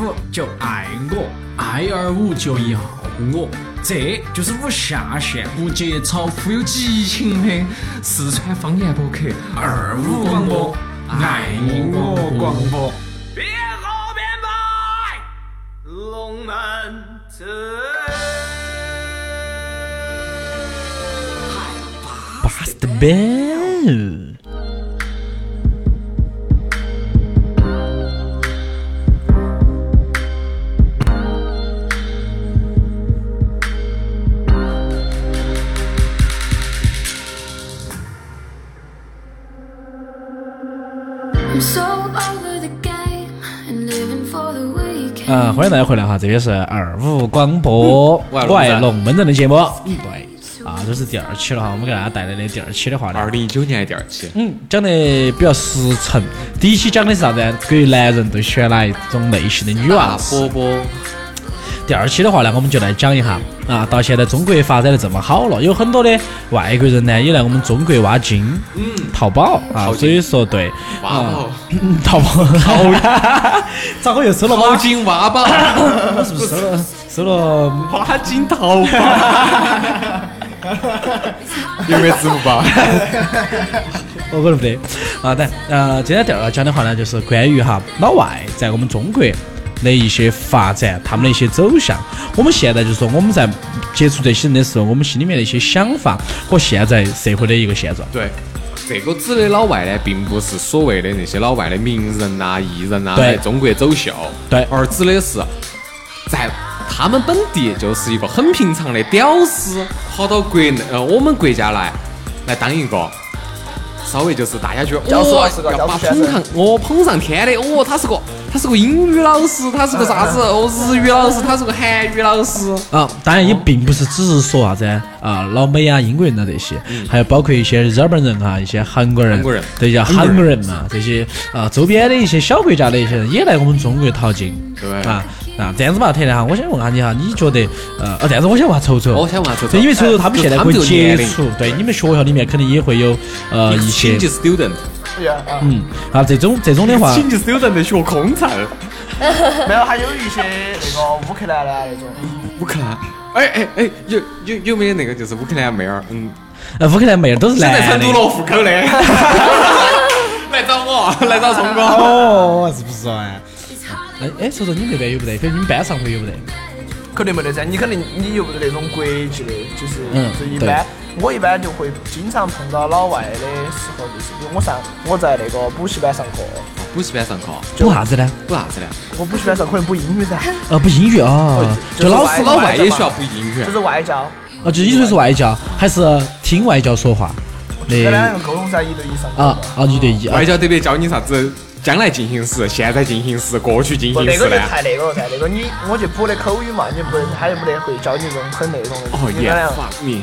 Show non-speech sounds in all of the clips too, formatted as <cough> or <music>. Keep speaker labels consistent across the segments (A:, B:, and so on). A: 物就爱我，
B: 爱二五就要我。
A: 这就是我下线
B: 不节操、富有激情的四川方言播客
A: 二五广播，爱我广播。
C: 别后边摆龙门阵。
D: Bust the
E: 嗯
D: bell。
F: I'm so over the game and living for the weekend.
E: Uh,
D: 嗯，欢迎大家回来哈，这边是二五广播，
E: 嗯
D: 我爱龙门阵的节目。嗯，对。啊，这是第二期了哈，我们给大家带来的第二期的话呢，
E: 二零一九年的第二期，
D: 嗯，讲的比较实诚。第一期讲的是啥子？关于男人对喜欢哪一种类型的女娃子。
E: 波波
D: 第二期的话呢，我们就来讲一下啊，到现在中国发展的这么好了，有很多的外国人呢也来我们中国挖金，嗯，淘宝啊，所以说对，
E: 挖宝，
D: 嗯淘宝，淘宝，咋个又收了
E: 淘金挖宝，
D: 我是不是收了收了？
E: 挖金淘宝，有没有支付宝？
D: 我可能不得啊，但呃，今天第二个讲的话呢，就是关于哈老外在我们中国的一些发展，他们的一些走向。我们现在就说我们在接触这些人的时候，我们心里面的一些想法和现在社会的一个现状。
E: 对，这个指的老外呢，并不是所谓的那些老外的名人呐、啊艺人呐、
D: 对
E: 来中国走秀，
D: 对
E: 而指的是在他们本地就是一个很平常的屌丝，跑到国内呃我们国家来来当一个。稍微就是大家觉得，
G: 屌丝啊
E: 哦
G: 是，个
E: 要
G: 屌
E: 把
G: 丝
E: 捧上，哦，捧上天的，哦，他是个，他是个英语老师，他是个啥
G: 嗯
E: 子，哦，日语老师，他是个韩语老师，
D: 啊，当然也并不是只是说啥子啊，老美啊、英国人呐、这些，还有包括一些日本人哈、一些韩国人，
E: 嗯韩国人
D: 对，叫韩国人嘛，这些啊周边的一些小国家的一些人也来我们中国淘金，
E: 对
D: 啊啊这样子嘛，特亮哈，我想问下你哈，你觉得呃，哦，这样子我想问下丑丑，
E: 我想问下啊丑丑
D: 对因为丑丑他们
E: 就
D: 现在
E: 他
D: 会
E: 们这个
D: 接
E: 年龄
D: 触，对，你们学校里面肯定也会有呃一
E: 经，
D: 些
E: 济哎 student，
G: 呀啊，
D: 嗯，啊这种这种的话，
E: 济 student 的学空乘，
G: 没有，还有一些那个乌克兰的那种，
E: 乌克兰，哎哎哎，有有有没有那个就是乌克兰妹儿？嗯，
D: 呃乌克兰妹儿都是
E: 现在
D: 男
E: 成
D: 的
E: 都，罗户口的， <laughs> 来找我， <laughs> 来找聪哥。
D: 哦，是不是啊？哎哎，丑丑你们那边有不得？跟你们班上会有不得？
G: 肯定没得噻。你肯定你又不是那种国际的，就是
D: 嗯
G: 就是一
D: 对
G: 般。我一般就会经常碰到老外的时候，就是比如我上我在那个补习班上课，
E: 补习班上课，
D: 补啥子呢？
E: 补啥子呢？
G: 我补习班上可
D: <laughs>
G: 能补英语噻，
D: 呃，不英语啊，
G: 就
D: 就是老
G: 外
D: 师
E: 老哦外也需要补英语
G: 就。是外教，
D: 啊，就你说是外教，还是听外教说话
G: 跟
D: 的
G: 两个人沟通噻，一对一上课
D: 啊啊，
G: 嘛。
D: 一对一啊
E: 外，教特别教你啥子？将来进行时，现在进行时，过去进
G: 不，
E: 行
G: 那
E: 时
G: 个就
E: 呢？
G: 太那个了噻，那个你我去补的口语嘛，你不得他又不得会教你这种很那种的。
E: 哦
G: 你
E: 耶
G: 看那个
E: ，fuck me！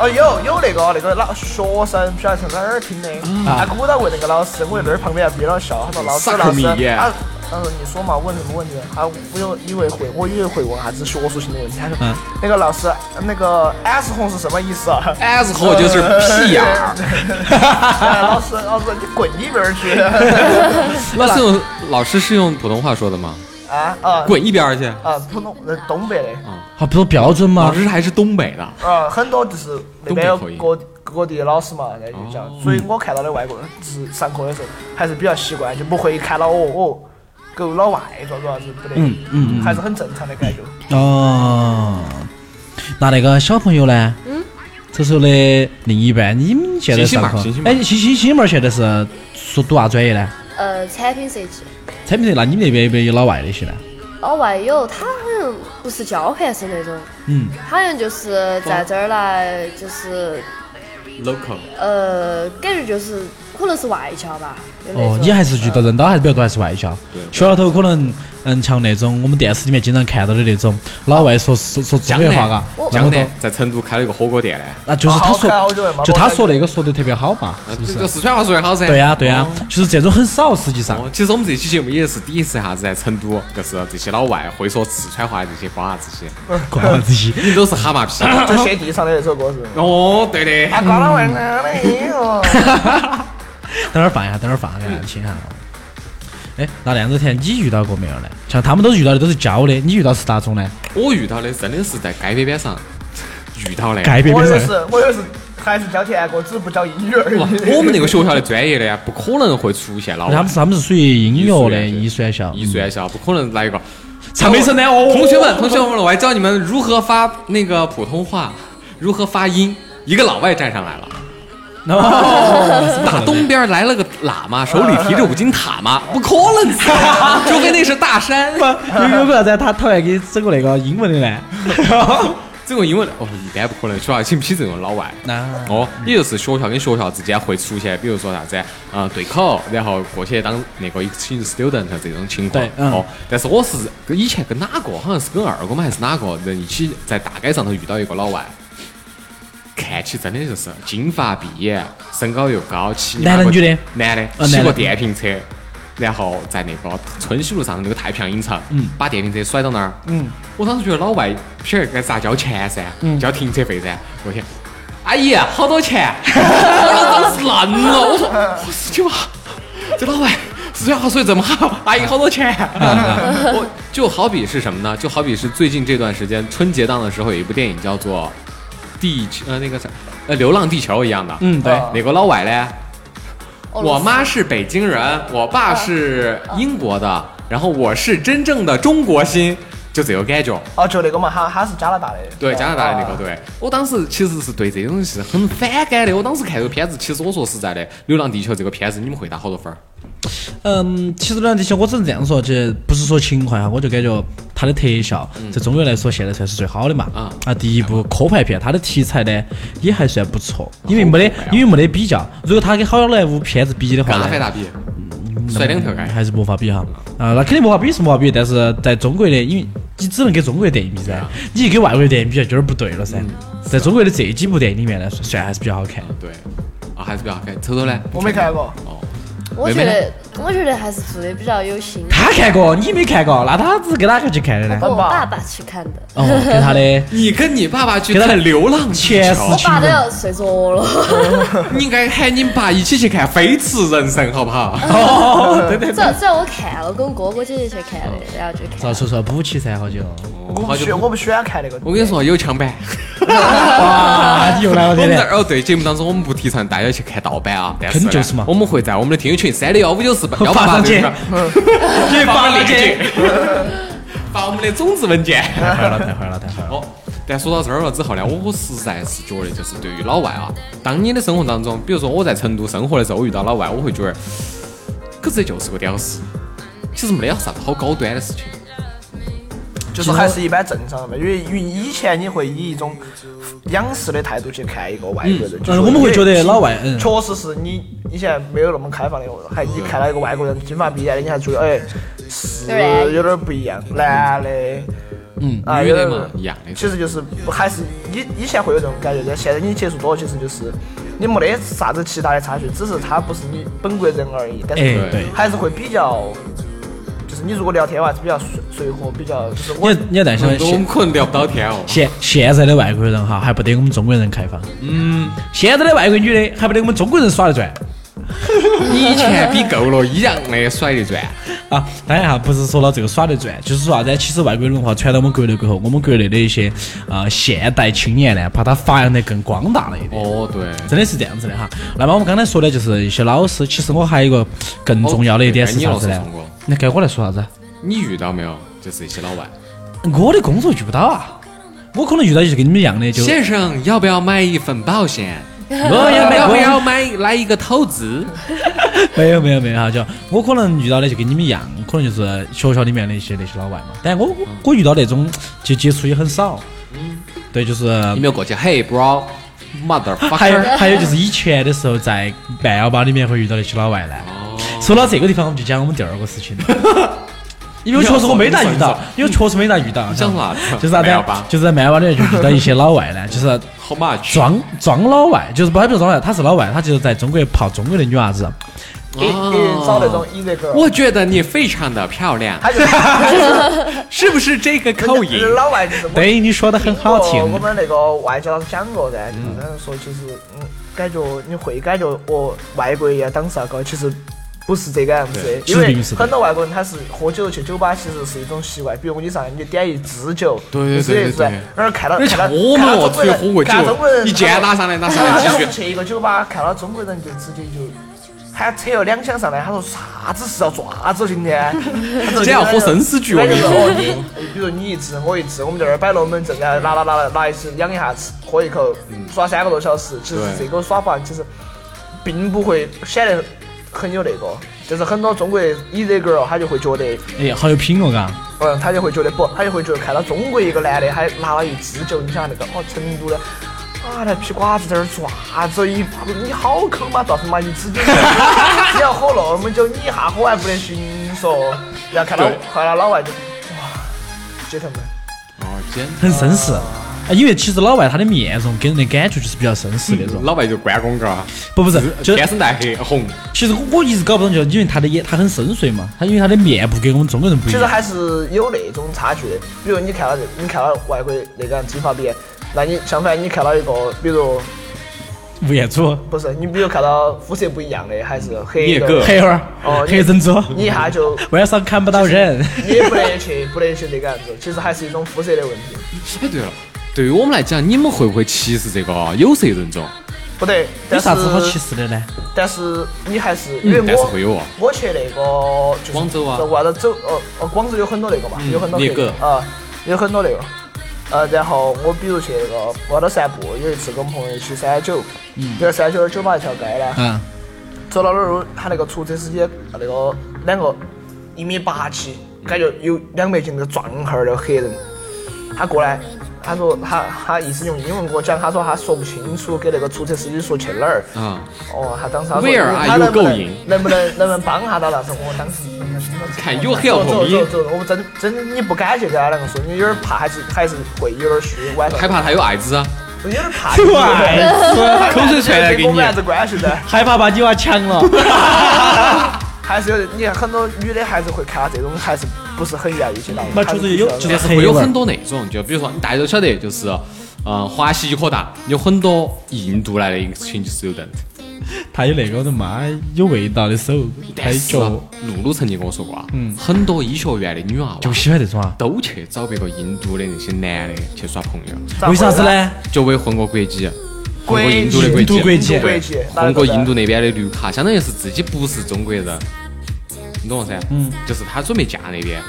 G: 哦，有有那个那个老学生，不晓得从哪儿听的，
E: 嗯
G: 他鼓捣问那个老师，我在那儿旁边还憋到笑，他说老师
E: Suck
G: 老师，
E: me, yeah.
G: 他他说你说嘛，问什么问题？他我有以为会，我以为会问啥子学术性的问题，他说
D: 嗯
G: 那个老师那个 S 红是什么意思啊？
E: S 货就是
G: 呃
E: 屁啊眼儿。
G: 哎 <laughs> 老师老师你滚一边儿去 <laughs>
E: 老师用老师是用普通话说的吗？
G: 啊啊
E: 滚一边儿去！
G: 啊！普通呃东北的，
D: 好啊不是标准
E: 老
D: 吗？
E: 师还是东北的，
G: 啊很多就是那边有
E: 东北口音
G: 各各地的老师嘛，在就
E: 哦
G: 讲，所以我看到的外国人就是上课的时候还是比较习惯，就不会看到哦哦，狗老外抓抓是不得，
D: 嗯嗯嗯
G: 还是很正常的感觉。
D: 哦，那那个小朋友呢？嗯，这时候的另一半，你们现在
E: 星星
D: 上
E: 嘛
D: 课
E: 星星？嘛
D: 哎，星星星妹儿现在是说读啥专业呢？
H: 呃，产品设计。
D: 产品那你们那边有没有老外那些呢？
H: 老外有，他好像不是交换生那种，
D: 嗯，
H: 好像就是在这儿来，就是
E: ，local。
H: 呃，感觉就是可能是外教吧，有那
D: 哦，
H: 种
D: 你还是遇到人刀还是比较多，还是外教？学校头可能嗯，像那种我们电视里面经常看到的那种老外说说说中
E: 江
D: 国话，
E: 南
D: 嘎，，然
E: 江
D: 后都
E: 南在成都开了一个火锅店呢。
D: 啊，就是他
G: 哦好看好啊久了
D: 说，
G: 嘛
D: 就他
G: 我感觉
D: 说那个说的特别好嘛，是不
E: 啊这
D: 是
E: 个？四川话说得好噻。
D: 对呀、对呀、
G: 哦
D: 就是这种很少，实际上。
E: 哦，其实我们这期节目也是第一次啥子在成都，就是这些老外会说四川话的这些瓜子些，
D: 瓜子戏，
E: 你们都是蛤蟆皮。
G: 就雪地上的那首歌是。
E: 哦，对的。
G: 啊，瓜老
E: <laughs>
G: 外呢？哎呦，
D: 等会儿放一下，等会儿放一下，听一下。啊哎，那样子田，你遇到过没有呢？像他们都是遇到的都是教的，你遇到是哪种呢？
E: 我遇到的真的是在街边边上遇到的。
D: 盖边
G: 我
D: 边
G: 以为
D: 上，
G: 是，我以为是还是教田国，只是不教英语而
E: 哇
G: 已。 <laughs>
E: 我们那个学校的专业的不可能会出现老
D: 他
E: 外
D: 们。是啊他们是属于音乐的
E: 艺
D: 艺
E: 术
D: 术院校，
E: 艺术院校不可能来一个
D: 唱没声的哦。
E: 同学们，同学们，我来教你们如何发那个普通话，如何发音。一个老外站上来了，
G: 哦
E: 大东边来了个喇嘛，手里提着五金塔嘛，不可 <laughs> 能死，除非那是大山。
D: 有有个啥子？他讨厌给你整个那个英文的呢？
E: 这种英文哦，一般不可能，学校请不起这种老外。
D: 那
E: 哦，也就是学校跟学校之间会出现，比如说啥子啊、呃对口，然后过去当那个 exchange student 啊这种情况
D: 对。嗯
E: 哦，但是我是跟以前跟哪个，好像是跟二哥们还是哪个人一起在大街上头遇到一个老外，看起真的就是金发碧眼，身高又高，骑
D: 男的
E: 马过
D: 女的
E: 男的，
D: 呃
E: 骑
D: 男
E: 个
D: 的
E: 电瓶车。然后在那个春熙路上那个太平洋影城，
D: 嗯
E: 把电瓶车甩到那儿，嗯，我当时觉得老外不晓得该咋交钱噻，
D: 嗯
E: 交停车费噻，我天，阿姨，好多
D: <laughs>
E: 钱？我当时烂了，啊我说我是你妈，这老外四川话说的这么好，阿姨好多钱？
D: 啊
E: <laughs> 我就好比是什么呢？就好比是最近这段时间春节档的时候，有一部电影叫做《地球》呃那个啥呃《流浪地球》一样的，
D: 嗯对，
E: 哪个老外嘞？
H: 俄
E: 我
H: 罗斯
E: 妈是北京人，我爸是英国的，然后我是真正的中国心，就这个感觉。
G: 哦，就那个嘛，他他是加拿大的。
E: 对加拿大的那
G: 啊
E: 个，。对我当时其实是对这东西是很反感的。我当时看这个片子，其实我说实在的，《流浪地球》这个片子，你们会打好多分儿？
D: 嗯，其实呢，这些我只能这样说，这不是说勤快哈，我就感觉它的特效在中国来说现在算是最好的嘛。
E: 啊
D: 啊，第一部科幻片，它的题材呢也还算不错，因为没
E: 好
D: 得
E: 科幻啊
D: 因为没得比较。如果它跟好莱坞片子比的话
E: 跟阿
D: 呢，
E: 凡达比，甩两条街。
D: 还是没法比哈。啊，那肯定没法比是没法比，但是在中国的，因为你只能跟中国的电影比噻，你跟外国的电影比就有点不对了噻。在中国的这几部电影里面呢，算算还是比较好看。
E: 对，啊，还是比较好看。瞅瞅呢，
G: 我没看
E: 哦
G: 过，
H: 我
E: 妹
H: 觉
E: 妹呢
H: 得我觉得还是做的比较有心。
D: 他看过，你没看过，那他是跟哪个去看的呢？
E: 哦
H: 我
G: 爸
H: 爸爸去看的，
D: 哦，跟他的
E: 你跟你爸爸去
D: 跟他
E: 看《流浪地
D: 前
E: 球
D: 世
H: 我》，爸都要睡着了。
E: <laughs>
D: 哦
E: 你应该喊你爸一起去看《飞驰人生》，好不好？
H: <laughs> 主要主要我看了，跟哥哥姐姐去看
D: 哦
H: 的，然后就看
D: 咋
H: 了。
D: 说说补起噻，好久。
G: 我不
E: 好久
G: 喜
E: 不
G: 我不喜欢看那个。
E: 我跟你，说，有枪版。
D: 哇，啊你又来
E: 啊我
D: 了，
E: 们
D: 天
E: 在
D: 天。
E: 哦，对，节目当中我们不提倡大家去看盗版啊，但
D: 肯
E: 呢
D: 就是嘛
E: 我们会在我们的听友群三六幺五九四幺八
D: <laughs> 发
E: 八
D: 上去
E: 这个
D: 你
E: 发
D: <laughs> 发
E: 链
D: 了去
E: 接， <laughs> 发我们的种子文件。 <laughs>
D: 太坏了，太坏了，太坏了。
E: 哦，但说到这儿了之后呢，我我实在是觉得，就是对于老外啊，当你的生活当中，比如说我在成都生活的时候，我遇到老外，我会觉得，可这就是个屌丝，其实没得啥子好高端的事情。
G: 就是还是一般正常的嘛，因为因为以前你会以一种仰视的态度去看一个外国人。就是
D: 嗯，我们会觉
G: 因
D: 得
G: 为
D: 老外，嗯，
G: 确实是你以前没有那么开放的，还你看到一个外国人金发碧眼的，你还觉得哎是有点不一样，男的，嗯，啊，
E: 女
G: 有
E: 的
G: 点
E: 嘛一样的
G: 其实就是还是以以前会有这种感觉，但现在你接触多，了，其实就是你没得啥子其他的差距，只是他不是你本国人而已，
D: <laughs>
G: 但
D: 哎
G: 是，
D: 对。
G: 还是会比较。就是你如果聊天的话，是比较随随和，比较嗯就是
D: 你
G: 我
D: 要你要担心
E: 很多我
D: 现
E: 们可能聊不到天哦。
D: 现现在的外国人哈，还不得我们中国人开放。嗯，现在的外国女的还不得我们中国人耍得转
E: 以前比够了，一样的甩得转。
D: 啊！当然哈，不是说到这个耍得转，就是说啥子？其实外国文化传到我们国内过后，我们国内的一些啊现代青年呢，把它发扬得更光大了一点。
E: 哦，对，
D: 真的是这样子的哈。那么我们刚才说的就是一些老师，其实我还有一个更重要的一点是啥子
E: 哦对该
D: 呢
E: 你老师说过？
D: 那该我来说啥子？
E: 你遇到没有？就是一些老外，
D: 我的工作遇不到啊，我可能遇到就是跟你们一样的，就
E: 先生要不要买一份保
D: <laughs>
E: 险？
D: 我 <laughs> 也没
E: 要不
D: 我
E: <laughs> 要买来一个投资？
D: 没有没有没有哈，就我可能遇到的就跟你们一样，可能就是学校里面的一些那些老外嘛。但我我我遇到那种就接触也很少，
E: 嗯
D: 对，就是
E: 你没有过去？Hey bro。motherfucker，
D: 还有还有就是以前的时候在半幺八里面会遇到那些老外呢。
E: 哦
D: 说到这个地方，我们就讲我们第二个事情， <laughs> 因为我确实我没咋遇
E: <laughs>
D: 到，因为确实没咋遇到。
E: 你想
D: <laughs>
E: 啥子
D: 就是啥
E: 慢
D: 子
E: 吧？
D: 就是在曼湾里面就遇到一些老外呢，就是
E: 好嘛去
D: 装装老外，就是不他不是装老外，他是老外，他就是在中国泡中国的女娃子。
G: 一一找那种一那个，
E: 我觉得你非常的漂亮，
G: 他
E: <laughs>
G: 就是
E: 是不是这个口
D: <laughs>
E: 音？
G: 老外就是我
D: 对，你说的很好
G: 我
D: 听
G: 我。们那个外教老师讲过噻，嗯就是他说其实嗯，感觉你会感觉哦，外国人当时啊，高，其实不是这个样子的，
D: 对
G: 因
D: 是
G: 为
D: 的是的
G: 很多外国人他是喝酒去酒吧，其实是一种习惯。比如你上来你就点一支酒，
E: 对对
G: 你直
E: 对
G: 接
E: 对
G: 出来
E: 对，
G: 然后看到
E: 那
G: 看到
E: 像我们
G: 看到
E: 哦
G: 中国
E: 出去喝
G: 人，
E: 过
G: 看到
E: 酒
G: 中国人，
E: 一见
G: 他们
E: 打上来打上来
G: 他
E: 几
D: <laughs>
G: 们
E: 句
G: 去一个酒吧，看到中国人就直接就。他扯了两枪上来，他说啥子事要抓子今天？
E: 今天要喝绅士局
G: 那
E: 哦，
G: 就
E: 你
G: 是哦，你比如你一支，我一支，我们在这儿摆龙门阵，然后拿拿拿拿一次，养一下子，喝一口，耍三个多小时。其实
E: 对
G: 这个耍法其实并不会显得很有那个，就是很多中国一热狗儿他就会觉得，
D: 哎，好有品味啊！
G: 嗯，他就会觉得不，他就会觉得看到中国一个男的还拿了一支酒，你想那个哦，成都的。啊，那皮瓜子在这儿抓着一股，你好抠嘛，造成嘛一支酒，你要喝那么久，你一下喝完不得寻说，然后看到
E: 对
G: 看到老外就，哇，接他们。
E: 哦，今
D: 很绅士。啊，因为其实老外他的面容给人的感觉就是比较绅士那种
E: 天，老白就关公嘎，
D: 不嗯不是，就
E: 天生带黑红，哎
D: 其实我一直搞不懂，就是因为他的眼他很深邃嘛，他因为他的面部跟我们中国人不一
G: 其实
D: 样，
G: 还是有那种差距的。比如你看到这，你看到外国那个金发碧眼，那你相反你看到一个，比如
D: 吴彦祖、
G: 不是你，比如看到肤色不一样的，还是黑
E: 猎狗
G: 的，
D: 黑娃
G: 哦
D: 儿、
G: 你
D: 黑珍珠，
G: 你一下就
D: 晚上看不到人。
G: 你也不得去，不得去那个样子。其实还是一种肤色的问题，
E: 哎，对了，对于我们来讲，你们会不会歧视这个有色人种？
G: 不对。
D: 有
G: 但是
D: 啥子好歧视的呢？
G: 但是你还是因为
E: 但是
G: 我
E: 会有啊。
G: 我去那个就是
E: 广州啊
G: 在外头走，呃呃，广州有很多那个嘛，有很多
E: 猎
G: 那个
E: 狗
G: 啊，有很多那个。呃，然后我比如去那个外头散步，有一次跟朋友去三九，就是三九酒吧一条街呢，
D: 嗯，
G: 走到那儿，他那个出租车司机那个两个一米八七，感觉有两百斤的壮汉儿的黑人，他过来，他说他他一直用英文跟我讲，他说他说不清楚，给那个出租车司机说去哪儿。
E: 啊，
G: 哦，他当时他说
E: Where are
G: 他能不
E: you going？
G: 能能不能能不能帮下他那时候我当时真的是
E: 看 you help
G: 走
E: me
G: 走走走，我真真你不敢去跟他两个说，你有点怕，还是还是会有点虚，晚上
E: 害怕他有艾滋啊？
G: 我有点怕。
E: <laughs>
G: 口
E: 口水传染给
G: 跟 <laughs> 我们
E: 你
G: 啥子关系呢？
D: 害怕把你娃抢了。
G: 还是有你看很多女的还是会看到这种，还是不是很愿意去闹。
D: 那
G: 还
D: 确
G: 是
D: 实有，
G: 不需
D: 就
G: 要
D: 是
E: 但是
D: 黑
E: 会有
D: 娃
E: 很
D: 儿。
E: 多那种，就比如说你大家都晓得，就是，嗯，华西科大有很多印度来的 exchange student，
D: <laughs> 他有那个人嘛，有味道的手，还
E: 但
D: 有
E: 是
D: 脚，
E: 露露曾经跟我说过啊，很多医学院的女娃
D: 就
E: 娃
D: 喜欢这种啊。
E: 都去找别个印度的那些男的去耍朋友，
G: 咋
D: 为
G: 会
D: 啥子呢？
E: 就为混过国籍，混过
G: 国籍
E: 印度的
D: 印度
E: 国
D: 国
E: 籍
D: 籍，
G: 国籍哪
E: 混
G: 个
E: 过
G: 国家
E: 印度那边的绿卡，相当于是自己不是中国人，你懂我噻？嗯，就是他准备嫁那边，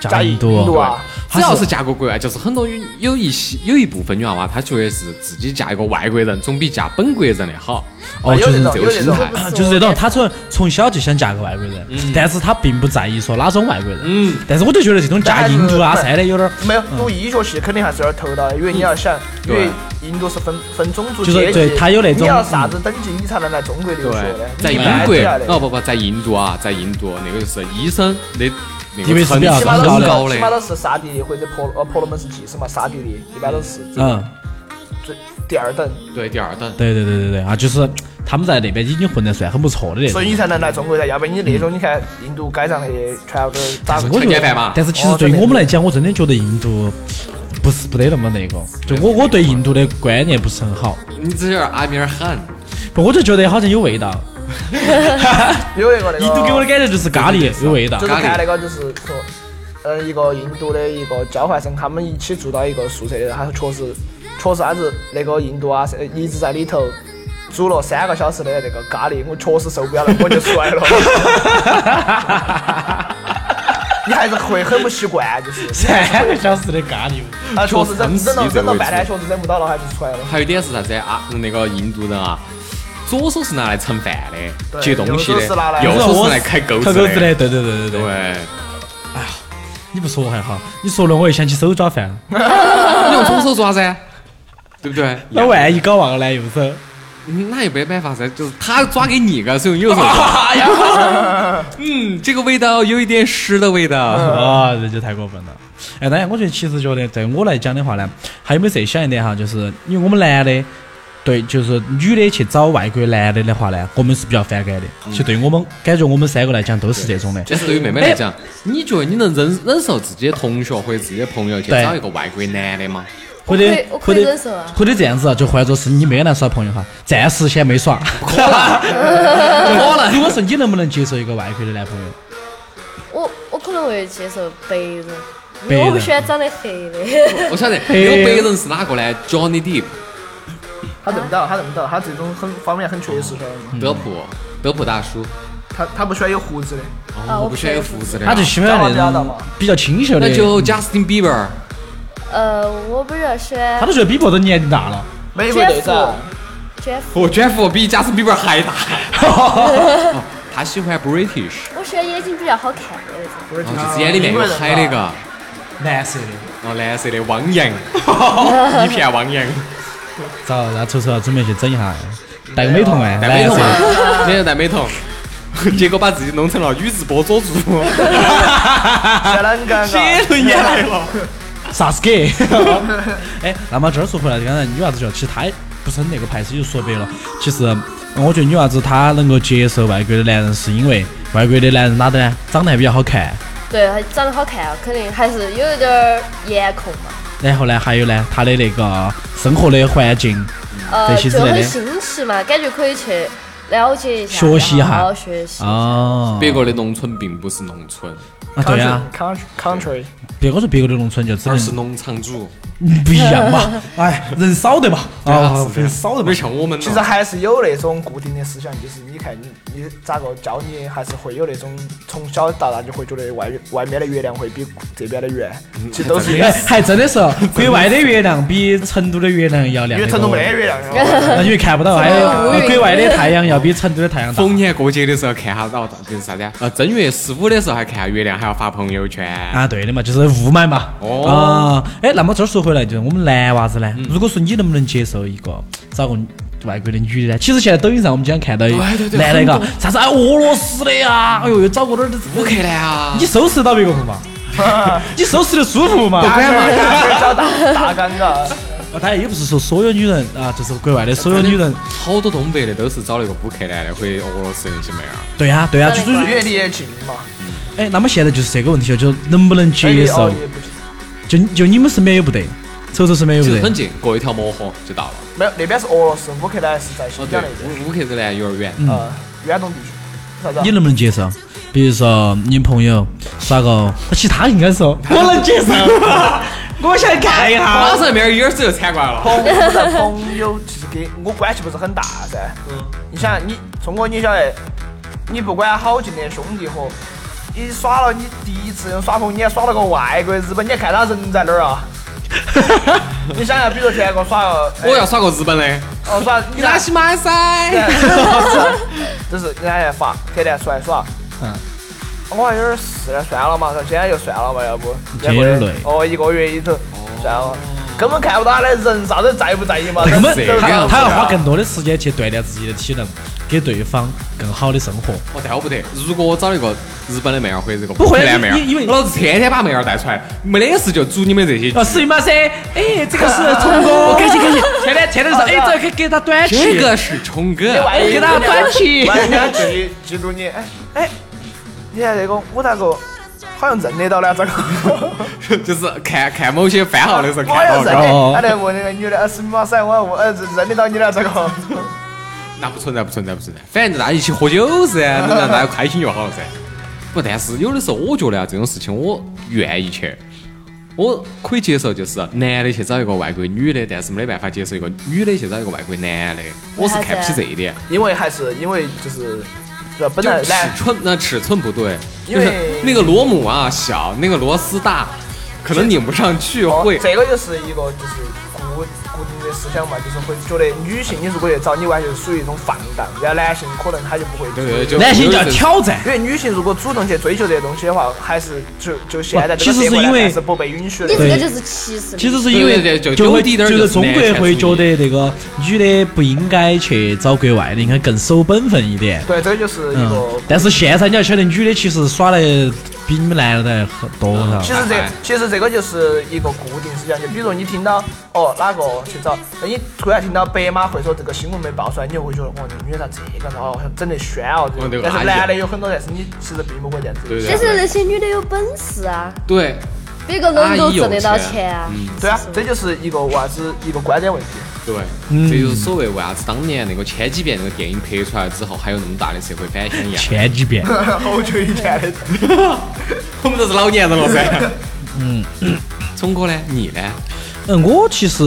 D: 加印
G: 印度
D: 度，
G: 啊？
E: 只要是嫁过国外，就是很多有有一些有一部分女娃娃，她觉得是自己嫁一个外国人，总比嫁本国人的好。
D: 哦，
G: 哎有
D: 就
G: 这
D: 是啊
G: 种
E: 这个心态
G: 有，
D: 就是这种，他从从小就想嫁个外国人，但是他并不在意说哪种外国人。
E: 嗯，
D: 但是我就觉得这种嫁印度啊、
G: 但是
D: 啥的有点儿，
G: 没有读医学系肯定还是有点头到的，因为你要想，因为印度是分分种族
D: 就是
G: 阶级，
D: 对他有那种
G: 你要啥子等级你才能来中国留学
E: 对
G: 的，，
E: 在
G: 你
E: 英
G: 不然
E: 国
G: 这样的，
E: 哦不不，在印度啊，在印度那个就是医生的那
D: 地
E: 个
D: 位是
E: 层
D: 比
E: 次
D: 较
G: 起
E: 很
G: 码
D: 高
G: 都
D: 的
E: 高
G: 是
E: 嘞
G: 起。码都是沙地或者婆呃婆罗门是技师嘛，沙地的一般都是
D: 嗯，
G: 最第二等，
E: 对，第二等。
D: 对对对对对啊，就是他们在那边已经混得算很不错的那种
G: 所以。你才能来中国噻，要不然你那种你看印度街上那些全部都是咋
D: 但是
G: 个
D: 我觉
E: 强奸犯嘛
D: 得，但是其实
G: 哦
D: 对于
G: 对
D: 我们来讲，我真的觉得印度不是不得那么那个。就我我对印度的观念不是很好，
E: 你只是阿米尔汗， <laughs>
D: 不，我就觉得好像有味道。
G: 有那个那个
D: 印度给我的感觉就是啊咖喱有味道
G: 就。是看那个就是说，呃，一个印度的一个交换生，他们一起住到一个宿舍的，他确实确实，他是那个印度啊，是一直在里头煮了三个小时的那个咖喱，我确实受不了了，我就出来了。你还是会很不习惯，就是
D: 三个小时的咖喱，
G: 啊，确实忍
E: 很
G: 忍到
E: 急这
G: 忍到
E: 位
G: 半天，
E: 置
G: 确实忍不到了，还是出来了。
E: 还有一点是啥子啊？那个印度人啊，左手是拿来盛饭的，
G: 对
E: 接东西的
G: 右手是拿，来
E: 右手
D: 我
E: 是来开钩
G: <laughs>
D: 开
E: 子
D: 钩子
E: 的。
D: 的，对对对对对。
E: 对，
D: 你不说还好，你说了我又想起手抓饭
E: <laughs>
D: 了。
E: 你用左手抓噻，对不对？
D: 那万一搞忘了呢？右手？
E: 嗯那也没办法噻，就是他抓给你个，所以右手抓。 <laughs> 哎呀，嗯，这个味道有一点湿的味道。
D: <laughs> 啊，这就太过分了。哎，当然，我觉得其实觉得对我来讲的话呢，还有没有这想一点哈，就是因为我们男的。对，就是女的去找外国男的的话呢，我们是比较反感的。
E: 嗯
D: 其实对我们感觉我们三个来讲都是这种的。
E: 但是对于妹妹来讲，你觉得你能忍忍受自己的同学或者自己的朋友去
D: 对
E: <laughs> 找一个外国男的吗？
D: 或者
H: 我可以我
D: 或
H: 可以
D: 者
H: 忍受啊
D: 或者这样子啊，就换作是你没跟他耍朋友哈，暂时先没耍。可
E: 哎
D: 能，可能。如果是你能不能接受一个外国的男朋友？
H: 我我可能会接受白人，因
D: 白
H: 为
D: 人
H: 我不喜欢长得黑的。
D: <laughs>
E: 我晓得那个白人是哪个呢？Johnny Depp，
G: 他等不到，他等不到，他这种很方面很缺失的嘛。
E: 德普，德普大叔。
G: 嗯
E: 哦
G: 他他不喜欢有胡子的，
H: 啊
E: 我
H: 我
E: 不
H: 不
E: 喜欢有胡子的。
D: 他就喜欢那
G: 长得
D: 种
G: 嘛
D: 比较清秀的。
E: 那就 Justin Bieber，
H: 呃，我比较喜
D: 他
H: 欢
D: 都觉得比伯都年龄大了。
G: 美国队长，
H: Jeff，
E: 我卷福比 Justin Bieber 还 <laughs> 大。哦他喜欢 British，
H: 我喜欢眼睛比较好看的那种。
G: 不是
E: 然后就是眼里面有海那，
G: <laughs>
E: 个，
D: 蓝色的。
E: 哦，蓝色的汪洋，一片汪洋，
D: 找那丑丑准备去整一下，戴个美瞳
E: 哦
D: 啊，
E: 戴美瞳
D: 蓝色的。
E: 啊，脸上戴美瞳，结果把自己弄成了宇智波佐助，
G: 显得很
E: <laughs>
G: 尴尬。
E: 轮眼来了。
D: 啥子给？ <laughs> 哎，那么这儿说回来，刚才女娃子觉得，其实她不是很那个排斥，就说白了，其实嗯我觉得女娃子她能够接受外国的男人，是因为外国的男人哪的呢？长得还比较好看，
H: 对，还长得好看啊，肯定还是有一点儿颜控嘛。
D: 然后呢，还有呢，他的那个生活的环境，
H: 呃，
D: 对其实
H: 就
D: 类
H: 很
D: 的
H: 新奇嘛，感觉可以去了解一下，
D: 学习一下
H: 好好学习。
E: <laughs>
D: 哦，
E: 别个的农村并不是农村，
D: 啊，对呀、
G: Country- country，
D: 别个说别个的农村就只
E: 而
D: 能
E: 是农场主，
D: 嗯不一样嘛，
G: <laughs>
D: 哎，人少的嘛，啊，人少的嘛
E: 没，像我们
G: 其实
E: 了。
G: 还是有那种固定的思想，就是你看你你咋个教你，还是会有那种从小到大就会觉得外外面的月亮会比这边的圆，其实都是一
D: 哎，
G: 样。
D: 还真的是，国外的月亮比成都的月亮要亮得
G: 因
D: 多，
G: 为成都没啊得月亮，然后
D: 那因为看不
G: <laughs>
D: 到，还
H: 乌
D: 有
H: 云
D: 国外的太阳要比成都的太阳大
E: 逢年过节的时候看下，哦，就是啥子啊？呃，正月十五的时候还看下月亮，还要发朋友圈。
D: 啊，对的嘛，就是雾霾嘛。
E: 哦
D: 啊，哎，那么这儿说回来，就是我们男娃子呢，
G: 嗯
D: 如果说你能不能接受一个找个外国的女的呢？其实现在抖音上我们经常看到有男的，嘎，啥子啊俄罗斯的呀，哎呦，又找个哪儿的，
E: 乌克兰啊
D: 你，收拾得到别个 <laughs> 不嘛？你收拾得舒服嘛？
G: 找大大尴尬。
D: 啊当然也不是说所有女人啊，就是国外的所有女人，
E: 好多东北的都是找那个乌克兰的或者俄罗斯的那些妹儿。
D: 对呀，对呀，就
H: 当然
D: 是
G: 越离越近嘛，
D: 哎，那么现在就是这个问题了，就是能不能接受？
G: 哎哦
D: 就就你们身边也不得，瞅瞅身边也
E: 其
D: 不
E: 实
D: 得
E: 很。近，过一条漠河就到了。
G: 没有那边是俄罗斯，乌克兰是在
E: 哦
G: 新，
E: 对
G: 疆那边，，
E: 乌乌克兰有点远。
G: 呃，远东地区。啥子啊
D: 你？能不能接受？比如说你朋友耍个，其实他应该说，哎我能接 <laughs> 受。我想看一
E: 马
D: 下，
E: 上面一耳屎就铲过来 <laughs> 了。
G: 朋友的朋友其实跟我关系不是很大噻。嗯你想，你聪哥，你晓得，你不管好近的兄弟伙，你耍了你第一次耍朋友，你还耍了个外国日本，你还看他人在哪
E: <laughs>
G: 儿啊？你想想，比如说田哥耍个，哎
E: 我要耍个日本的，
G: 哦耍你
E: 你拉西马塞。
G: 就是人家在发，天天出来耍。嗯。我还有点事，算了嘛，然后今天就算了吧，要不。
D: 今天有点累哦
G: 哦，一个月一头，算了。根本看不到他的人，啥子在不在意嘛？
D: 根本
G: 人都
E: 这个
D: 他
G: 看不
D: 他要
G: 到
D: 花更多的时间去锻炼自己的体能，给对方更好的生活。
E: 哦，但我不得，如果我找一个日本的妹儿或者这个
D: 不会啊
E: 乌克兰妹儿，
D: 因因为
E: 老子天天把妹儿带出来，没得事就煮你们这些。
D: 哦，是嘛噻？哎，这个是聪哥，我感谢感谢。天天天天说，哎，这个给给他短期，
E: 啊这个是冲哥，
G: 万一
D: 给他
G: 人家
D: 短期。
G: 万一人家记记住你，哎哎，你看这个，我咋个好像认得到呢？这个，
E: <laughs> 就是看看某些番号的时候
G: 我好
E: 看
G: 像
E: 到哦
G: 认
E: 的，
G: 得。他来问那个女的，哎，是马噻，我我哎认得到你了，这 <laughs> 个。
E: 那不存在，不存在，不存在。反正就大家一起喝酒
G: <laughs>
E: 噻，能让大家开心就好了噻。不，但是有的时候我觉得啊，这种事情我愿意去，我可以接受，就是男的去找一个外国女的，但是没得办法接受一个女的去找一个外国男的，我是看不起这一点。
G: 因为还是因为就是，这本
E: 就
G: 来
E: 尺
G: 来。
E: 寸那尺寸不对，
G: 因
E: 就
G: 为
E: 是 <laughs> 那个螺母啊小，那个螺丝大，可能拧不上去
G: 哦
E: 会。
G: 这个就是一个就是固固定的思想嘛，就是会觉得女性你如果去找，你完全属于一种放荡，然后男性可能他就不会。
E: 对对，就
D: 男性
E: 有
D: 叫
E: 一阵子
D: 挑战。
G: 因为女性如果主动去追求这些东西的话，还是就就现在这
D: 其
G: 个
D: 实
G: 社
D: 是
G: 会
D: 因为
G: 来看是不被允许的
H: 你。这
D: 对
H: 个就是歧视。
D: 其实是
E: 对
D: 因
E: 对
D: 为
E: 对就
D: 就会
E: 有滴点儿
D: 觉得
E: 就是
D: 中国会觉
E: 男权
D: 得那个女的不应该去找国外的，应该更守本分一点。
G: 对，这个就是一
D: 嗯
G: 个，。
D: 但是现在你要晓得，女的其实耍的比你们男的还多噻。
G: 其实这其实这个就是一个固定思想，就比如你听到哦哪个去找，那你突然听到白马会说这个新闻没爆出来，你就会觉得哦这女的咋这个哦整得宣哦
E: 哦这
G: 这
E: 个
G: 个，但
E: 阿
G: 是
E: 姨
G: 男的有很多，但是你其实并不会这样子。
E: 对对啊
H: 其实那些女的有本事啊，
E: 对，
H: 别个能够挣得到钱啊。
G: 对啊，这就是一个为啥子一个观点问题。 <laughs>
E: 对，
G: 嗯
E: 这就是所谓为啥子当年那个《千几遍》那个电影拍出来之后，还有那么大的社会反响一样。
D: 千几遍。
G: 好久以前的，
E: 我们都是老年人了噻。嗯，
D: <laughs>
E: 聪哥呢？你呢？
D: 嗯，我其实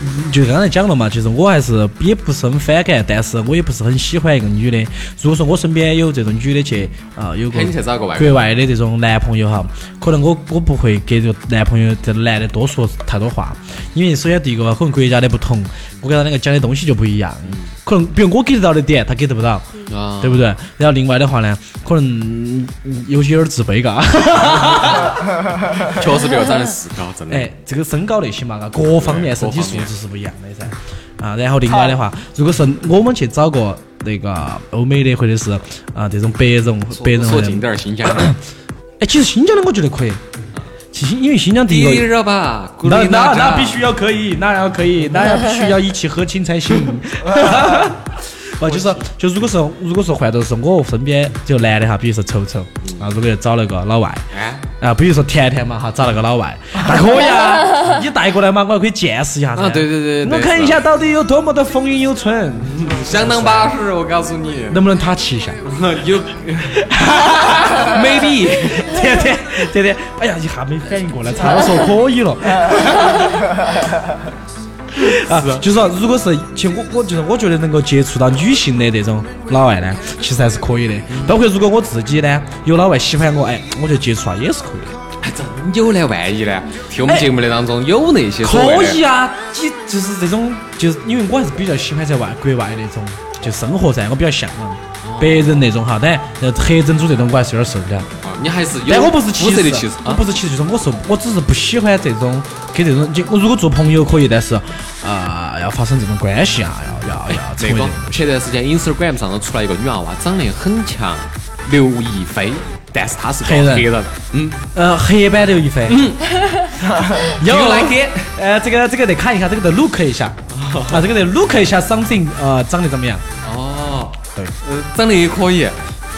D: 嗯就刚才讲了嘛，其实我还是也不是很反感，但是我也不是很喜欢一个女的。如果说我身边有这种女的去啊、有个
E: 喊你去找个外国
D: 国外的这种男朋友哈，可能我我不会给这个男朋友这个男的多说太多话，因为首先第一个可能国家的不同，我跟他两个讲的东西就不一样，可能比如我 get 得到的点，他 get 不到。
E: 嗯啊，
D: 对不对？然后另外的话呢，可能嗯有些有点自卑嘎。 <laughs>
E: 确实比我长得是高，真的
D: 哎。，这个身高那些嘛，嘎，各方面身体素质是不一样的噻。啊，然后另外的话，如果是我们去找个那个欧美的或者是啊这种白人白人
E: 说
D: 的
E: 近点儿，新疆。 <laughs>
D: 哎，其实新疆的我觉得可以，其实因为新疆第一
E: 低
D: 个。
E: 点儿吧，咕
D: 那
E: 噜
D: 那
E: 那
D: 那必须要可以，那要
E: <laughs>
D: 可以，那要必须要一起合亲才行。不，哦就是就如果是如果是换到是我身边就男的哈，比如说丑丑
E: 嗯
D: 啊，如果要找那个老外，
E: 哎，
D: 啊，比如说甜甜嘛哈，找那个
E: <laughs>
D: 老外，那可以啊，你带过来嘛，我还可以见识一下噻。
E: 啊对对对嗯对
D: 我看一下到底有多么的风韵犹存，
E: 相当巴适，我告诉你。
D: 能不能他骑一下？
E: <laughs> 有
D: <laughs>
E: ，maybe
D: 甜甜甜甜，哎呀，一下没反应过来，差点说可以了。啊， <laughs> 就是说，如果是其实我我就是我觉得能够接触到女性的这种老外呢，其实还是可以的。包括如果我自己呢有老外喜欢我，哎，我就接触啊也是可以的。
E: 还真有呢，万一呢？听我们节目的当中有那些所谓
D: 哎可
E: 的
D: 以啊，你就是这种，就是因为我还是比较喜欢在外国外那种就生活噻，我比较向往白人那种哈，但然后黑珍珠这种我还是有点受不了。
E: 啊，你还是有
D: 但我不是
E: 肤
D: 歧
E: 色的
D: 视
E: 歧视
D: 我
E: 啊，
D: 不是歧视，就是我受，我只是不喜欢这种跟这种，就我如果做朋友可以，但是啊、要发生这种关系啊，要要要
E: 那
D: 成为这
E: 哎个
D: 种。
E: 前段时间 Instagram 上头出来一个女娃娃，长得很像刘亦菲，但是她是个
D: 黑人
E: 黑人，嗯，
D: 呃，黑板刘亦菲， <laughs> 嗯，有
E: You like it？
D: 呃，这个这个得看一下，这个得 look 一下，啊，这个得 look 一下 something，呃，长得怎么样？
E: 哦，
D: 对，
E: 呃，长得也可以，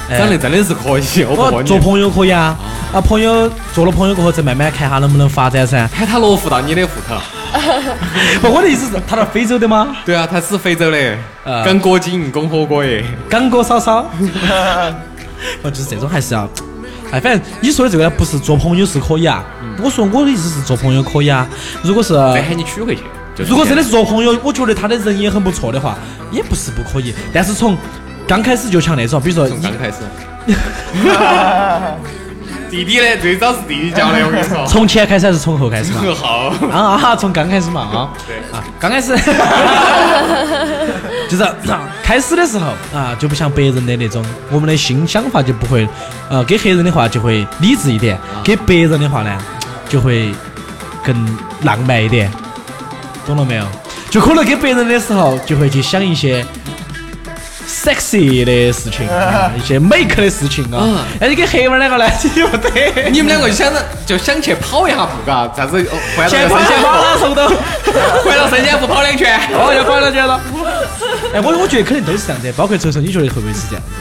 E: 长得真的是可以，哎我不
D: 我
E: 和
D: 做
E: 你。
D: 朋友可以啊，啊，朋友做了朋友过后，再慢慢看下能不能发展噻。
E: 喊她落户到你的户头，
D: 不，我的意思是，他那非洲的吗？
E: 对啊，她是非洲的，
D: 呃
E: 跟郭晶、跟火锅耶，
D: 刚哥
E: <laughs>
D: 嫂嫂，哦，就是这种还是要，哎，反正你说的这个呢，不是做朋友是可以啊。我说我的意思是做朋友可以啊。如果是
E: 再哎喊你娶回去。就
D: 如果真的
E: 是
D: 是做朋友，我觉得他的人也很不错的话，也不是不可以。但是从刚开始就像那种，比如
E: <laughs>
D: 说
E: 这样从刚开始。弟弟呢？最早是弟弟教的，我跟你说。
D: <laughs>
E: <laughs>
D: 从前开始还是从后开始嘛？
E: 好，
D: 啊啊！ <laughs> 从刚开始嘛啊，
E: 对
D: 啊，刚开始 <laughs> 就是啊开始的时候啊，就不像白人的那种，我们的新想法就不会，呃，给黑人的话就会理智一点，
E: 啊
D: 给白人的话呢就会更浪漫一点，懂了没有？就可能给白人的时候就会去想一些。sexy 的
E: <laughs>
D: 事情，啊、一些美克的事情
E: 嗯
D: 啊，那你给黑娃儿两个呢，你不
E: <laughs>
D: 得。
E: 你们两个想着就想去跑一下步，嘎，啥子哦回到
D: <laughs> 先跑
E: 生
D: 先
E: 鲜
D: 跑了，
E: 湖，
D: 手都。
E: 回到生鲜湖跑两圈。
D: 哦，要跑两圈了。哎，我我觉得肯定都是这样子，包括臭臭，你觉得会不会是这样子？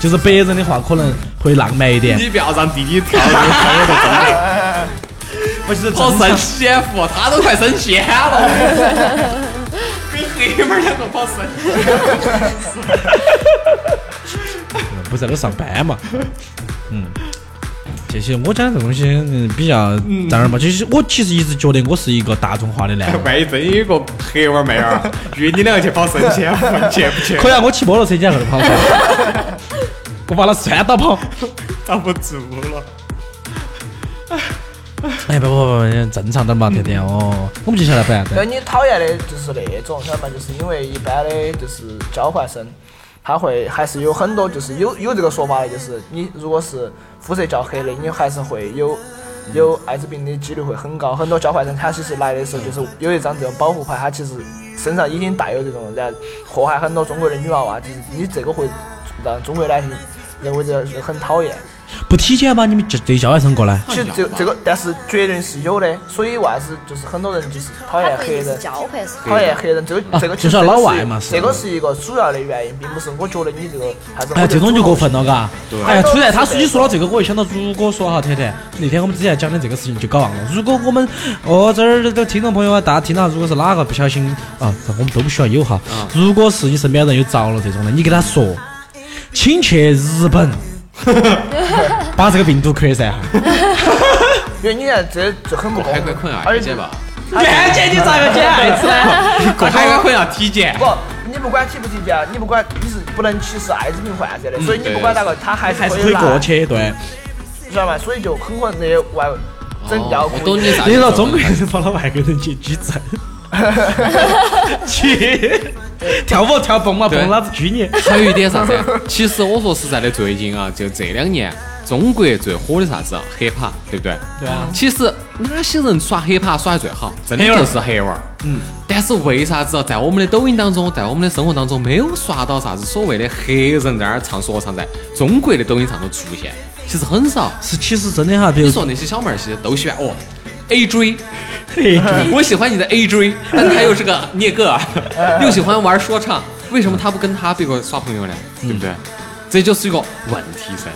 D: 就是白人的话，可能会浪漫一点。
E: 你不要让弟弟跳这个坑头，真的
D: 不是
E: 跑生鲜湖，他都快升仙 <laughs> 了。跟黑妹儿两个跑生，
D: 不在那上班嘛。嗯，这些我讲这东西嗯比较当然嘛，其实我其实一直觉得我是一个大众化的 <laughs> 男人。
E: 万一真有一个黑娃儿妹儿约你两个去跑生鲜 <laughs> 湖，你去不去？
D: 可以啊，我骑摩托车，你在后头跑 <laughs> 噻。我把他拴到跑。
E: 遭啊不住了。
D: 哎，不不不，正常点嘛，甜甜哦，我们接下来摆啥
G: 那
D: 子？
G: 你讨厌的就是那种，晓得吗？就是因为一般的就是交换生，他会还是有很多，就是有有这个说法的，就是你如果是肤色较黑的，你还是会有有艾滋病的几率会很高。很多交换生他其实来的时候就是有一张这种保护牌，他其实身上已经带有这种，然后祸害很多中国的女娃娃。就是你这个会让中国男性认为这是很讨厌。
D: 不体检吗？你们这这一叫还生过来？
G: 其实这这个，但是绝对是有的，所以为啥子就是很多人就是讨
H: 他
G: 厌
H: 可以
G: 黑
H: 是
G: 人。
H: 交配是吧？
G: 讨厌黑人，这个这个
D: 啊就
G: 其实
D: 是老
G: 这个
D: 外
G: 一
D: 嘛是
G: 这个是一个主要的原因，并不是我觉得你这个啥子。
D: 哎，这种就过分了，嘎。哎呀，
G: 对
D: 突然他说你说到这个，我又想到，如果说哈，甜甜，那天我们之前讲的这个事情就搞忘了。如果我们哦这儿的听众朋友啊，大家听到，如果是哪个不小心啊，我们都不需要有哈。
E: 啊
D: 如果是你身边人有着了这种的，你给他说，请去日
E: <laughs>
D: 本，把这个病毒扩散哈。
G: 因为你看这就很不公
E: 海
G: 平
E: 关可能。要
G: 而
E: 体
G: 且
E: 检啊吧？
D: 原姐，你咋个捡孩
E: <laughs>
D: 子呢？
E: 过海关可能要啊体检。
G: 不，你不管体不体检，你不管你是不能歧视艾滋病患者
E: 嗯
G: 的，所以你不管哪个，他还是
D: 还是
G: 可
D: 可
G: 以
D: 以过
G: 来，
D: 去，对。
G: 知道吗？所以就很可能那些外整要
E: 哦我懂你啥意思。
D: 你知道中国人跑到外国人去举证， <laughs> 去跳舞跳蹦嘛，
E: 对
D: 蹦老子拘你。
E: 还有一点啥子？其实我说实在的，最近啊，就这两年，中国最火的啥子啊？黑怕，对不对？
D: 对啊。
E: 其实哪些人耍黑怕耍得最好？真的
D: 黑娃儿
E: 就是黑娃儿。嗯。但是为啥子啊在我们的抖音当中，在我们的生活当中，没有刷到啥子所谓的黑人在那儿唱说唱，在中国的抖音上头出现，其实很少。
D: 是，其实真的哈，比如
E: 你说那些小妹儿其实都喜欢哦，A 追， <laughs>
D: 嘿
E: 我喜欢你的 A 追，但他又是个聂个，又喜欢玩说唱，为什么他不跟他别个耍朋友呢？对不对？这就是一个问题噻。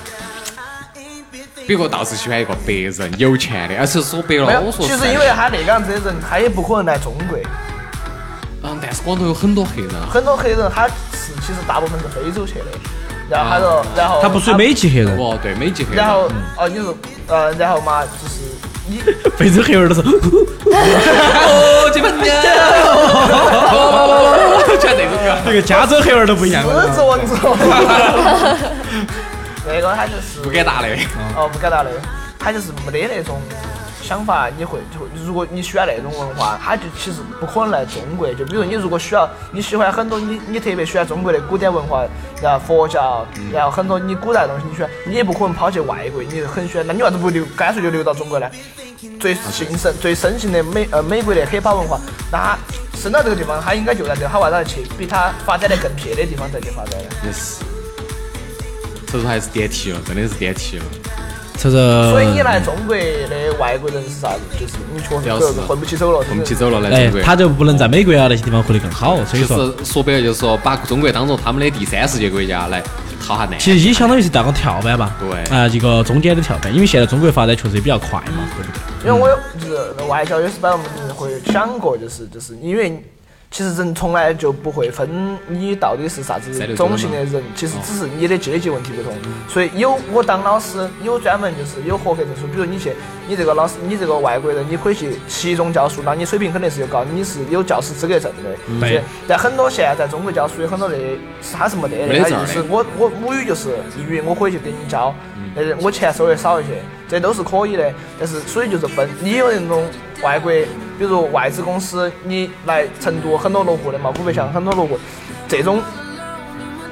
E: 别个倒是喜欢一个白人有钱的，而且说白
G: 没
E: 了，
G: 有
E: 我，说
G: 其
E: 实
G: 实
E: 在
G: 因为他那个样子的人，他也不可能来中国。
E: 嗯，但是广东有很多黑人啊，
G: 很多黑人他是其实大部分是非洲去的，然后他
E: 啊
G: 说，然后
D: 他不属于美籍黑人，
E: 哦，对，美籍黑人
G: 然，后哦，你是呃，然后嘛，就是你
D: 非洲黑人都是。
E: 哦，这边的，哦，全那种歌。
D: <laughs> 那个加州黑人都不一样
G: 狮子
D: 了。
G: 王子， <laughs> 那个他就是
E: 不给打的，
G: 哦，不敢打的，他就是没得那种想法。你会就如果你喜欢那种文化，他就其实不可能来中国。就比如你如果需要你喜欢很多你你特别喜欢中国的古典文化，然后佛教，然后很多你古代的东西你喜欢，你也不可能跑去外国，你很喜欢，那你为啥子不留干脆就留到中国呢？最兴盛、最盛行的美呃美国的 hiphop 文化，那他生到这个地方，他应该就在这，他为啥去比他发展的更撇的地方再去发展呢？
E: 也是，所以说还是点题了，真的是点题了。
D: 这个
G: 所以你来中国的外国人是啥子？就是你确实就是混不起手了，
E: 我们起走了，来
D: 哎
E: 中国。，
D: 他就不能在美国啊那些地方混得更好，所以
E: 就
D: 说。
E: 是说白了，就是说把中国当做他们的第三世界国家来讨下难。
D: 其实也相当于是当个跳板吧，
E: 对
D: 啊、一个中间的跳板，因为现在中国发展确实也比较快嘛，对不对？
G: 因为我有就是外教有时摆我们就是会想过，就是就是因为其实人从来就不会分你到底是啥子种姓的人，其实只是你的阶级问题不同。所以有我当老师有专门就是有合格证书，比如你去你这个老师你这个外国人，你可以去其中教书，那你水平肯定是有高，你是有教师资格证的。
D: 对
G: 所以但很多现在在中国教书有很多的他是没得
E: 没得
G: 的，他
E: 证儿
G: 就
E: 的
G: 是我我母语就是英语，我可以去给你教，
D: 嗯
G: 但是我钱收的少一些，这都是可以的。但是所以就是分，你有那种外国，比如外资公司，你来成都很多落户的嘛，湖北像很多落户，这种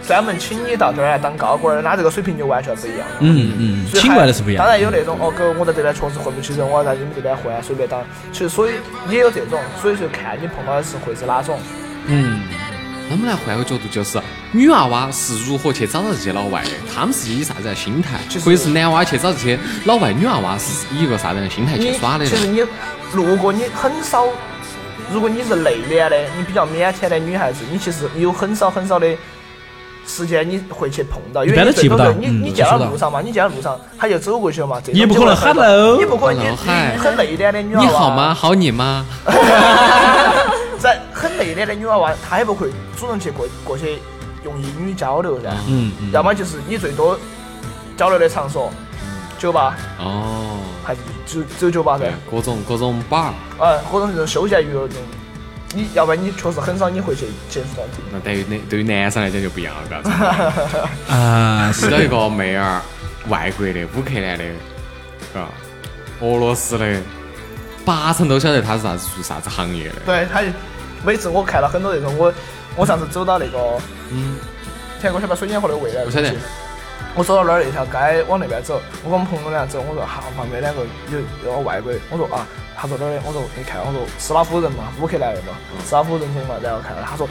G: 专门请你到这儿来当高管的，他这个水平就完全不一样了。
D: 嗯嗯，
G: 所以
D: 请
G: 还
D: 过来的是不一样
G: 当
D: 的。
G: 然有那种哦，哥，我在这边确实混不起人，我要在你们这边混啊，随便当。其实所以也有这种，所以就看你碰到的是会是哪种。
D: 嗯，
E: 咱们来换个角度，就是女娃娃是如何去找到这些老外的，他们是以啥子样的心态，
G: 其实
E: 或者是男娃去找这些老外，女娃娃是以一个啥子样的心态去
G: 你
E: 耍的呢
G: 其？实你如果你很少，如果你是内敛的，你比较腼腆的女孩子，你其实有很少很少的时间你会去碰到，因
D: 一般
G: 为
D: 都
G: 你
D: 记
G: 最
D: 不
G: 多
D: 到
G: 就你
D: 嗯
G: 你见到
D: 我知道
G: 路上嘛，你见到路上他就走过去了嘛，这种
D: 也不可能哦
G: 就会很
D: hello
G: 你不可能
E: hello，
G: 你
E: 嗨
G: 你很内敛的女娃娃，
E: 你好吗？？好你吗？
G: <laughs> 在很内敛的女娃娃，她也不会主动去过过去用英语交流噻，
D: 嗯嗯，
G: 要么就是你最多交流的场所，酒吧
E: 哦，
G: 还是只只有酒吧噻
E: 对。，各种各种 bar，
G: 呃，或者是这种休闲娱乐这种，你要不然你确实很少你会去接触到这个。
E: 那对于那对于男生来讲就不一样了，嘎子。
G: <laughs>
D: 啊、
E: 遇到一个妹儿，外国的、乌克兰的，啊，俄罗斯的，八成都晓得她是啥子做啥子行业的。
G: 对，他就每次我看到很多那种，我我上次走到那个，嗯，天我晓得水仙河的未来，
E: 我晓得。
G: 我走到那儿那条街往那边走，我跟我们朋友俩走，我说哈，旁边两个有有个外国，我说啊，他说哪儿的？我说你看，我说斯拉夫人嘛，乌克兰人嘛，斯拉夫人种嘛，然后看到他说，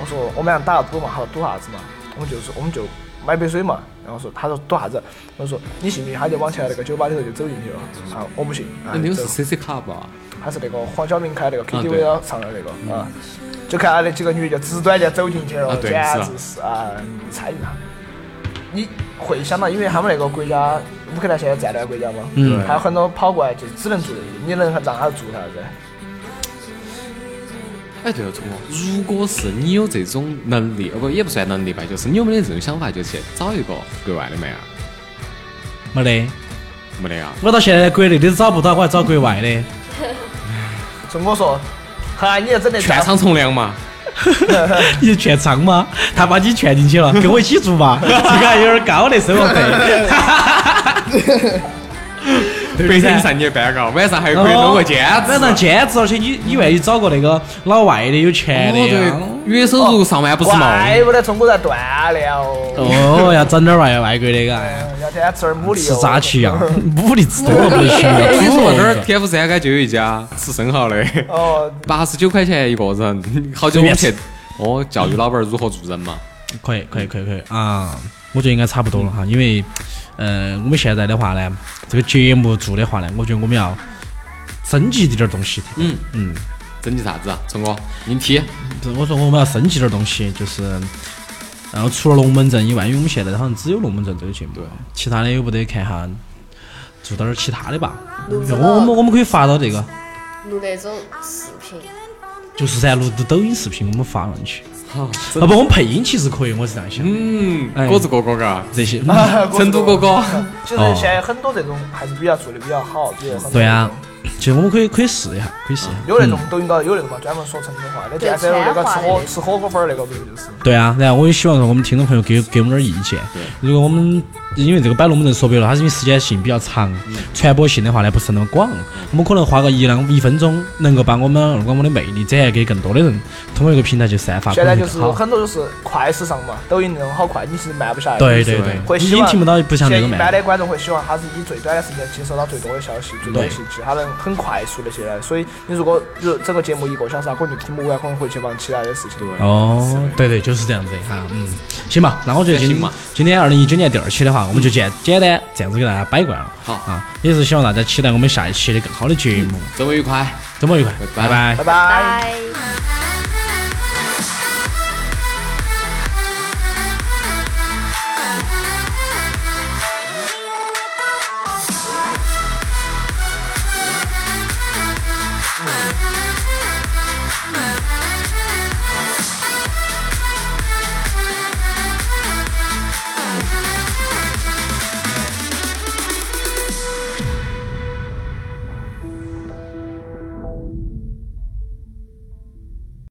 G: 我说我们俩打个赌嘛，他说赌啥子嘛？我们就说我们就买杯水嘛，然后说他说赌啥子？我说你信不信？他就往前那个酒吧里头就走进去了。啊，我不信。啊
E: 那那个
G: 走
E: 是 CC 卡吧？
G: 他是那个黄晓明开那个
E: 啊对
G: KTV 要上的那个啊，就看他那几个女的就直端就走进去了
E: 啊，对
G: 简直是啊，你猜一下，你会想到，因为他们那个国家，乌克兰现在战乱国家嘛，
D: 嗯
G: 还有很多跑过来就只能做这个，你能让他做啥子？
E: 哎，对了，聪哥，如果是你有这种能力，哦不，也不算能力吧，就是你有没得这种想法，就去找一个国外的妹儿？啊
D: 没得。
E: 没得啊？
D: 我到现在国内都找不到，我还找国外的。 <laughs>
G: 中国说，哈，你要整的
E: 全场从良嘛？
D: 你是劝娼吗？他把你劝进去 <laughs> 了，跟我一起住吧，这个还有点高的生活费。 <laughs> 对不
E: 白
D: 对
E: 天上你的班嘎，晚上 <laughs> 还可以
D: 哦
E: 弄个哦兼职。
D: 晚上兼职，而且你你万一找个那个老外的有钱的呀
E: 哦，对，月收入上万不是
G: 怪
E: 梦。
G: 不得中国在断了哦，
D: 哦，要整点外外国的嘎，
G: 要天天吃点牡蛎
D: 吃
G: 哦，
D: 炸鸡
E: 啊
D: 呀，牡蛎吃多了不得行
E: 哎 <laughs> 你说这儿
D: 啊。
E: 天府山街就有一家吃生蚝的，
G: 哦，
E: 八十九块钱一个人，好久
D: 随
E: 没
D: 便
E: 去
D: 吃
E: 哦，教育老板儿如何做人嘛。
D: 可以可以可以可以啊，我觉得应该差不多了哈，因为嗯、呃我们现在的话呢，这个节目做的话呢，我觉得我们要升级这点东西。
E: 嗯，
D: 嗯。
E: 整体啥子啊？聪哥，你踢。
D: 这我说我们要升级点东西，就是，然后除了龙门阵以外，因为我们现在好像只有龙门阵这个节目，
E: 对，
D: 其他的有没得看哈？做点儿其他的吧。我我们我们可以发到这个，
H: 录那种视频，
D: 就是噻，录抖音视频我们发上去。
E: 好，
D: 啊不，我们配音其实可以，我是这样想。
E: 嗯，
D: 哎
E: 果子哥哥嘎，
D: 这些，
E: 成都哥
G: <laughs>
E: 哦哥，
G: 其实现在很多这种还是比较做的比较好，比如很多
D: 对啊，其实我们可以可以试一下，可以试一下。
G: 有那种
D: 嗯
G: 抖音高有那种嘛，专门说成都话的，
H: 对
G: 但是那个
H: 川
G: 吃
H: 话
G: 火
H: 的
G: 吃火锅粉儿那个不是就是？
D: 对啊，然后我也希望说我们听众朋友给给我们点儿意见。如果我们因为这个摆龙门阵说白了，它是因为时间性比较长，传播性的话呢不是那么广，我们可能花个一两一分钟，能够把我们二广播的魅力展现给更多的人，通过一个平台去散发。
G: 现在就是
D: 可能会更好
G: 很多就是快时尚嘛，抖音那种好快，你是慢不下来的。
D: 对
G: 就是
D: 对
E: 对
D: 对，
G: 会
D: 已
G: 希
D: 经
G: 望
D: 听不到不像那个
G: 现在一般
D: 慢。
G: 的观众会希望他是以最短的时间接收到最多的消息、最多的信息，他能很快速的起来。所以你如果就整个节目一个小时，他可能就听不完，可能会去忙其他的事情。对
D: 哦，对对，就是这样子的哈，嗯，行吧，那我觉得今
E: 行吧
D: 今天二零一九年第二期的话，我们就简简单这样子给大家摆过来了，
E: 好
D: 啊，也是希望大家期待我们下一期的更好的节目，
E: 周末愉快。
D: 周末愉快，
E: 拜拜
D: 拜拜
G: 拜拜。
H: 拜。